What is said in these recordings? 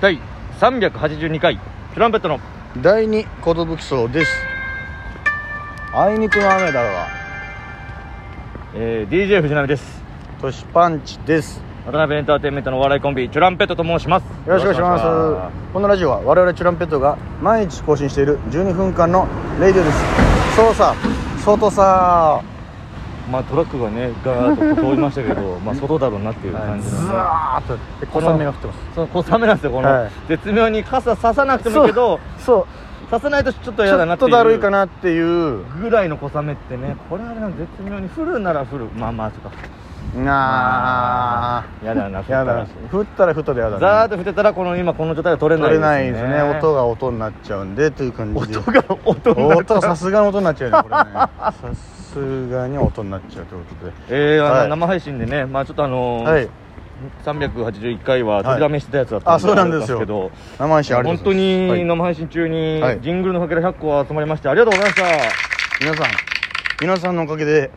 第382回トランペットの第二寿荘ですあいにくの雨だわえー DJ 藤波ですトシパンチです渡辺エンターテインメントのお笑いコンビトランペットと申しますよろしくお願いしますこのラジオは我々チュランペットが毎日更新している12分間のレイディオですそうさ外さすまあトラックがねガーッと通りましたけ どまあ外だろうなっていう感じズのね、ワーッとで小雨が降ってますその小雨なんですよこの、はい絶妙に傘ささなくてもいいけどそうささないとちょっとち嫌だょなっっていとうだるいかなっていうぐらいの小雨ってねこれはね絶妙に降るなら降るまあまあとかなあやだな降 ったやらだ降ったら降ったでやだザーッと降ってたらこの今この状態は取れな取いれないですね音が音になっちゃうんでという感じで音が音が音はさすがの音になっちゃうねこれねさすがに音になっちゃうということでえーあのはい生配信でねまあちょっとあのーはい381回は取りだめしてたやつだったあそうなんですよけど生配信ありが本と当うございますにはい生配信中にはいジングルのかけら100個集まりましてありがとうございました皆さん皆さんのおかげで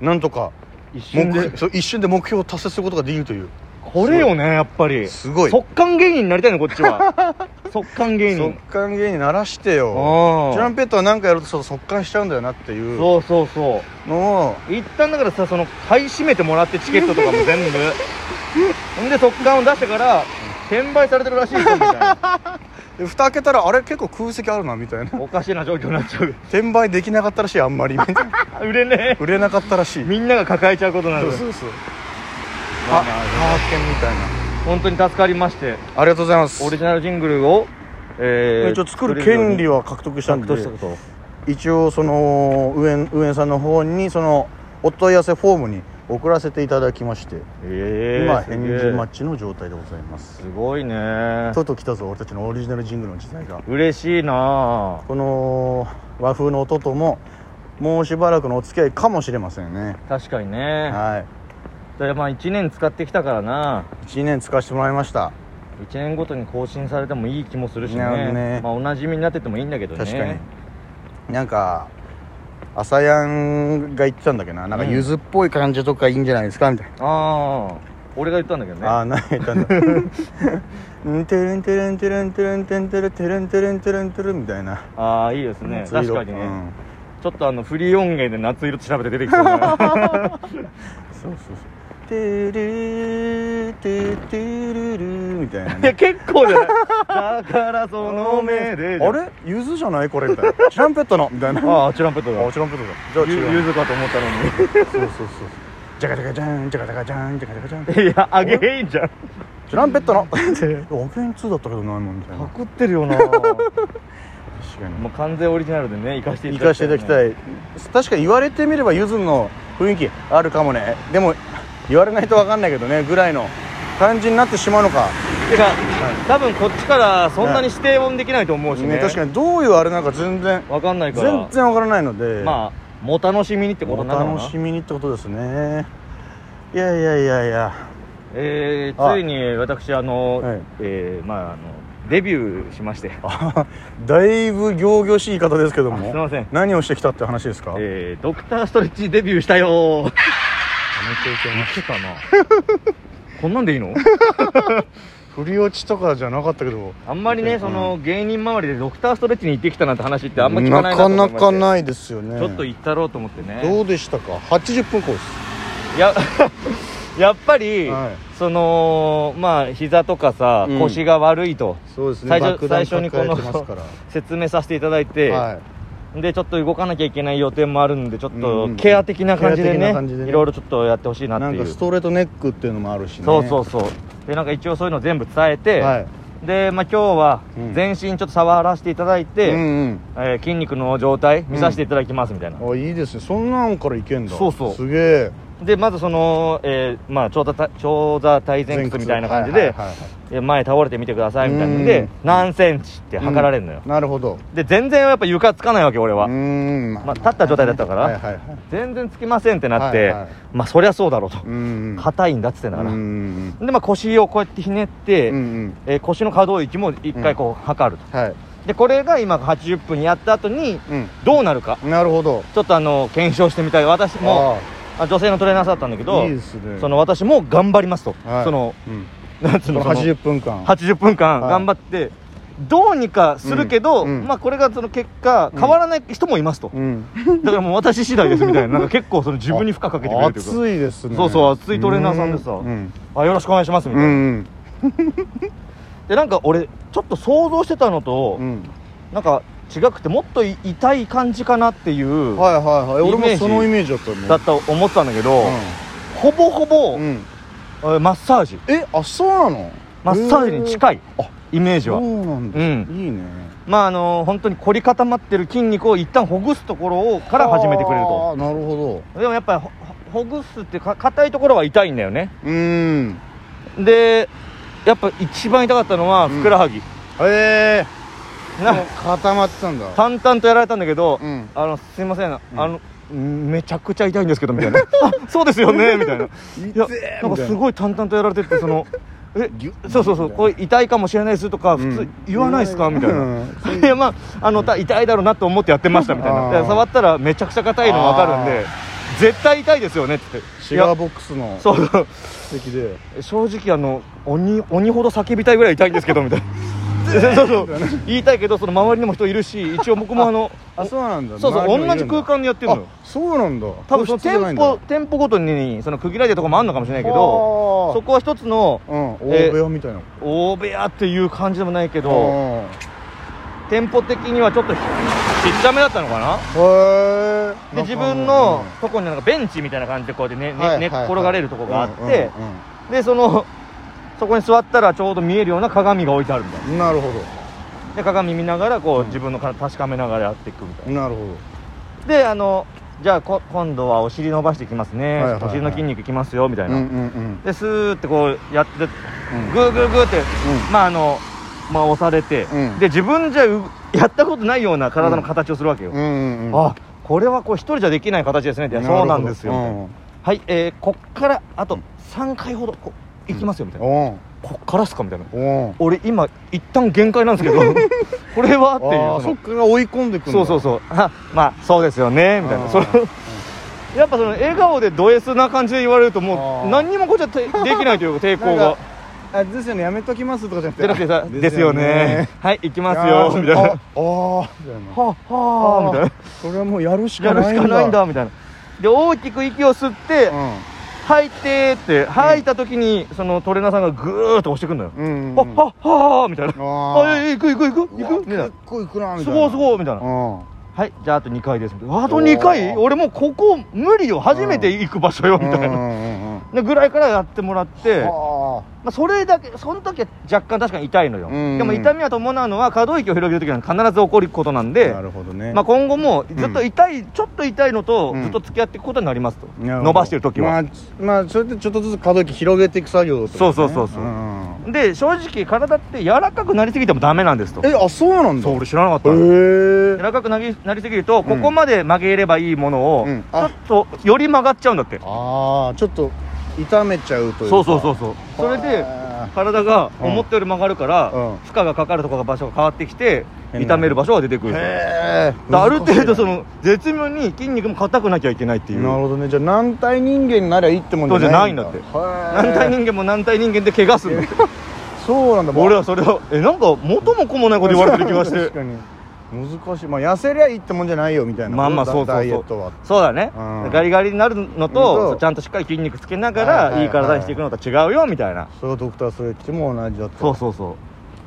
なんとか一瞬目で標そう一瞬で目標を達成することができるというこれよねやっぱりすごい速乾芸人になりたいのこっち は速乾芸速人乾芸人ならしてよあトランあペットは何かやるとそう速乾しちゃうんだよなっていうそうそうそうのを一旦だからさその買い占めてもらってチケットとかも全部 ほんで特感を出してから転売されてるらしいぞみたいなで蓋開けたらあれ結構空席あるなみたいなおかしな状況になっちゃう転売できなかったらしいあ んまりみたいな売れね売れなかったらしいえみんなが抱えちゃうことになそるうそうそうまああ発ま見みたいな本当に助かりましてありがとうございますオリジナルジングルをえー一応作る権利をは獲得したん獲得でしたこと一応その上園上園さんの方にそのお問い合わせフォームに送らせていただきまして、ええ今すげ返え事待ちの状態でございますすごいねとうとう来たぞ俺たちのオリジナルジングルの時代が嬉しいなあこの和風の音とももうしばらくのお付き合いかもしれませんね確かにねはだからまあ1年使ってきたからない1年使わせてもらいました1年ごとに更新されてもいい気もするしなるほどねねまあおなじみになっててもいいんだけどね確かに、なんか朝やんが言ってたんだけどななんかうんゆずっぽい感じとかいいんじゃないですかみたいなああ俺が言ったんだけどねああ泣いたんだうんてるんてるんてるんてるんてるんてるんてるんてるんてるんてるんみたいなああいいですね夏確色かにね、うんちょっとあのフリー音源で夏色調べて出てきそうなそうそうそうてるーててるるーみたいないやね結構じゃないだからその目であれゆずじゃないこれみたいなチュランペットのみたいなあああチュランペットチュランペットだじゃあだゆ違ゆうずかと思ったそうそうそうじゃかじゃかじゃんじゃかじゃかじゃんじゃかじゃかじゃんチのにいやあげいんじゃんュランペットのおげん2だったけどないもんみたいパなクってるよな確かにもう完全オリジナルでね生かしてい行かしていただきたいい確かに言われてみればゆずの雰囲気あるかもねでも言われないと分かんないけどねぐらいの感じになってしまうのか、てか、多分こっちからそんなに指定もできないと思うしねね、確かにどういうあれなんか全然わかんない全から然分からないのでまあも楽しみにってことおになるのかな楽しみにってことですねいやいやいやい やえーあついに私あの、はいえーまああのデビューしまして、あだいぶ仰々しい言い方ですけどあすいもません何をしてきたって話ですか、やめてえードクターストレッチデビューしたよーいけ言まっすてた なこんなんでいいの振り落ちとかじゃなかったけどあんまりね、うんその芸人周りでドクターストレッチに行ってきたなんて話ってあんま聞かなないなとか思いまなしてかないですよねちょっと行ったろうと思ってねどうでしたか80分コースや やっぱり、はいそのまあ膝とかさ、うん腰が悪いとそうですね最初爆弾最初にこの抱えてます から説明させていただいて、はいでちょっと動かなきゃいけない予定もあるんでちょっうんうとんうんケア的な感じでケア的ねな感じでねいろいろちょっとやってほしいななってんいうかストレートネックっていうのもあるしねそうそうそうでなんか一応そういうの全部伝えて、はいで、まあ、今日はうん全身ちょっと触らせていただいて、うんえー筋肉の状態見させていただきますみたいな、うんあいいですねそんなんからいけんだそうそうすげえでまずその、えーまあ、長座体長座体前屈みたいな感じで、はいはいはいはえー前倒れてみてくださいみたいなのうんで何センチって測られるのよい、なるほどで全然やっぱ床つかないわけ俺は、うーんまあ、立った状態だったから、はいはいはい全然つきませんってなって、はいはいまあそりゃそうだろうとうん硬いんだっつってんだから、うんうんでまあ腰をこうやってひねって、うんうんえー腰の可動域も一回こう測ると、はいでこれが今80分やった後にうどうなるかんなるほどちょっとあの検証してみたい私もああ女性のトレーナーさんだったんだけあどいいですねその私も頑張りますと、はいそのうんなんつうのその80分間80分間はい頑張ってどうにかするけど、うんうんまあ、これがその結果変わらない人もいますと、うんだからもう私次第ですみたいななんか結構その自分に負荷かけてくれるというか熱いですねそうそう熱いトレーナーさんでさうんあよろしくお願いしますみうたいな、んでなんか俺ちょっと想像してたのと、うんなんか違くてもっとい痛い感じかなっていう、はいはいはい俺イメーもジそのイメージだったねだったと思ってたんだけど、ほぼほぼ、うんうんえーマッサージえあそうなのマッサージに近いあイメージそは、うなんだういいんねまああのー本当に凝り固まってる筋肉を一旦ほぐすところをから始めてくれるあとーなるほでもやっぱりほほぐすってか硬いところは痛いんだよねどうんでやっぱ一番痛かったのはうんふくらはぎ、ええな固まってたんだ淡々とやられたんだけど、うんあのすいません、んあのめちゃくちゃ痛いんですけどみた いなあそうですよねみたいないいやぜーなんかすごい淡々とやられてってそのえぎゅそうそうそうこれ痛いかもしれないですとか普う通ん言わないですか、みたいな、うん いやまああのた痛いだろうなと思ってやってましたみたいあーないや触ったらめちゃくちゃ硬いの分かるんで絶対痛いですよねってシいガーやボックスのそう 席で正直あの鬼鬼ほど叫びたいぐらい痛いんですけどみたい なそうそう言いたいけどその周りにも人いるし一応僕もあのあそうなんだそうそう周りも同じいるんだ空間でやってるのよあそうなんだ多分その店舗店舗ごとにその区切られてるとこもあるのかもしれないけどそそこは一つのうんえ大部屋みたいな大部屋っていう感じでもないけどあ店舗的にはちょっとちっちゃめだったのかなーへえで自分のとこになんかベンチみたいな感じでこうやってねねはいはい寝はいっ転がれるとこがあって、うんうんでその そこに座ったらちょうど見えるような鏡が置いてあるみたいうんなるほなで鏡見ながらこう、うん自分の体確かめながらやっていくみたいどなるほなであのじゃあこ今度はお尻伸ばしていきますね、はいはいはいお尻の筋肉いきますよみたどいうな、んうんうんでスーってこうやってうんグーグーグーって、うまああのまあ押されて、うんで自分じゃうやったことないような体の形をするわけよ、うんうんうんあこれはこう一人じゃできない形ですねっていやそうなんですよみたいな、はい、えー、こっからあと3回ほどこう行きますよみたいな、おんこっからっすかみたいなおん俺今一旦限界なんですけど これはっていうあーそそのっから追い込んでくんだそうそうそうあまあそうですよねみたいあなーそれやっぱその笑顔でド S な感じで言われるともあーう何にもこっちはてできないというか抵抗なんがかあですよねやめときますとかじゃなくじゃなくてさ「ですよねはい行きでますよ」みたいなあ「ーはあーみたいなあはあ」みたいなそれはもうやる「しやかるないしんだかないんだ」みたいなで大きく息を吸って、吐いてーって吐いた時に、そのトレーナーさんがグーッと押してくんだよ、うんうんうんはっはっはーみたいなああい行く行く行くい行くみたいな結構いくなみすたいなごいすいごいみたいなはいじゃああと2回ですみたいなあと2回おー俺もうここ無理よ初めて行く場所よみたいな、ななぐらいからやってもらって、まはあ、それだけその時は若干確かに痛いのよ、うんでも痛みは伴うのは可動域を広げる時は必ず起こることなんあでなるほどねまあ、今後もずっと痛い、ちょっと痛いのとうんずっと付き合っていくことになりますと、なるほど伸ばしてる時は、まあちまあそれでちょっとずつ可動域広げていく作業ってことねそうそうそうそうんんで正直体って柔らかくなりすぎてもダメなんですとえあそうなんだそうへ俺知らなかったのえ柔らかくなりなりすぎるとんここまで曲げればいいものをうんちあょっとより曲がっちゃうんだって、ああちょっと痛めちゃうというかそうそうそうそうそれであ体が思ったより曲がるから、うん負荷がかかるとこが場所が変わってきて変な痛める場所が出てくーるだかへえらある程度その絶妙に筋肉も硬くなきゃいけないっていうなるほどねじゃあ軟体人間になりゃいいってもんじゃないんだそうじゃ軟軟体人間も軟体人間で怪我するんだってそうなんだ 俺はそれをえなんか元も子もないこと言われてる気がし 確てかに難しいまあ痩せりゃいいってもんじゃないよみたいなまあまあだそうそうそうダイエットはそうだね、うんガリガリになるのうとんちゃんとしっかり筋肉つけながはいはいはいらいい体にしていくのと違うよみたいなそれはドクターストレッチも同じだとそうそうそ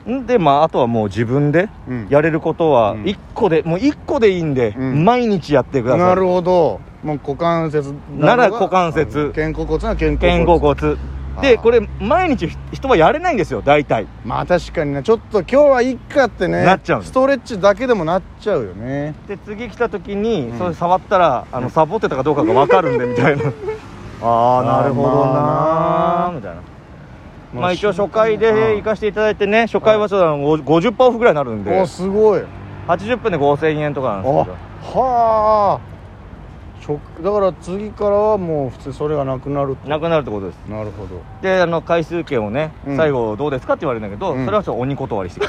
うんでまああとはもう自分でうんやれることはうん1個で、もう1個でいいんで、うん毎日やってくださないるほどもう股関節なら股関節肩甲骨なら肩甲骨肩甲骨あーでこれ毎日ひ人はやれないんですよ大体まあ確かにねちょっと今日はいっかってねなっちゃうのストレッチだけでもなっちゃうよねで次来た時に、うんそれ触ったらあのサボってたかどうかが分かるんでみたいな ああなるほどなあーまあなーみたいなまあ一応初回で行かせていただいてね初回はちょっとあの50%オフぐらいになるんでおすごい80分で5000円とかなあんですけどはあちょだから次からはもう普通それがなくなるとなくなるってことですなるほどであの回数券をね、うん最後どうですかって言われるんだけど、うんそれはちょっと鬼断りしてき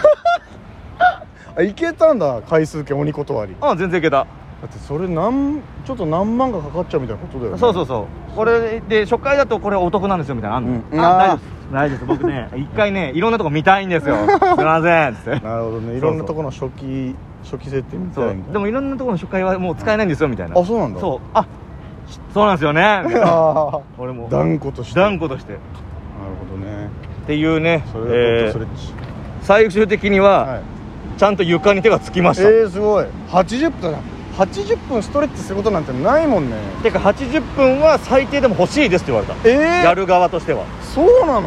た あいけたんだ回数券鬼断りあ全然いけたへだってそれなんちょっと何万かかかっちゃうみたいなことだよねそうそうそうこれで初回だとこれお得なんですよみたいなのあんの、うんああー大丈夫です大丈夫です僕 ね一回ねいろんなとこ見たいんですよすいませんっつってなるほどねいろんなとこの初期初期設定みそたいうなでもいろんなところの初回はもう使えないんですよみたいなあそうなんだそうあしそうなんですよねみたい なあ俺もー断固として断固としてっなるほどねていうねそれえがーゴッドストレッチ、最終的には、はいちゃんと床に手がつきました、えー、すごい80分だ80分ストレッチすることなんてないもんねてか80分は最低でも欲しいですって言われた、えやー、る側としてはそうなの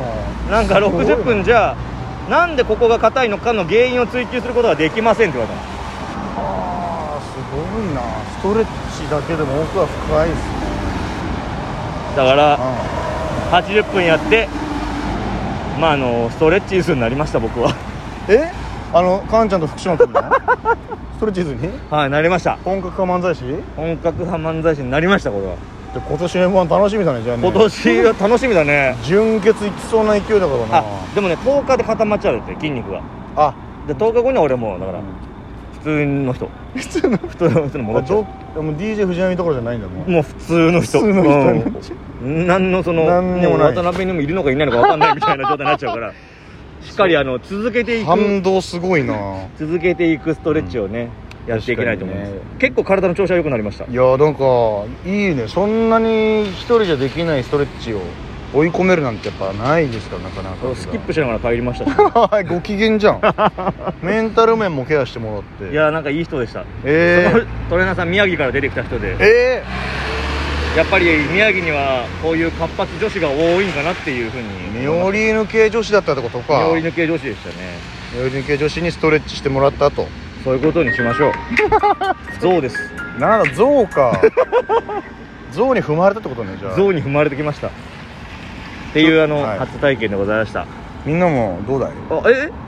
なんかすごいな60分じゃなんでここが硬いのかの原因を追求することができませんって言われたのあーすごいなストレッチだけでも奥は深いですねだからあ80分やってまああのストレッチーズになりました僕はーえあのカンちゃんと福島 君ねストレッチーズにはいなりました本格化漫才師で本格派漫才師になりましたこれは、今年 m 1楽しみだねじゃあね今年は楽しみだね純潔いきそうな勢いだからなあでもね10日で固まっちゃうって筋肉があで10日後には俺もうだから普通の人 普通の普通の人に戻っちゃうどもう DJ 藤波どころじゃないんだもんもう普通の人普通の人になっちゃうん何のその何にもない渡辺にもいるのかいないのか分かんないみたいな状態になっちゃうから しっかりあの続けてい反く動すごいな続けていくストレッチをね、やっていけないと思います、確かにね結構体の調子は良くなりましたいやなんかいいねそんなに一人じゃできないストレッチを追い込めるなんてやっぱないですからなかなかスキップしながら帰りま したしはいご機嫌じゃんメンタル面もケアしてもらっていやーなんかいい人でした、えそのトレーナーさん宮城から出てきた人でー、えやっぱり宮城にはこういう活発女子が多いんかなっていうふうー、にミオリーヌ系女子だったってこと身かミ寄オりリの系女子でしたねーヌ系女子にストレッチしてもらったとそういうことにしま しょう象ですなんだ象 か象に踏まれたってことねじゃあ象に踏まれてきましたっていうあの、はい初体験でございましたみんなもどうだいあえ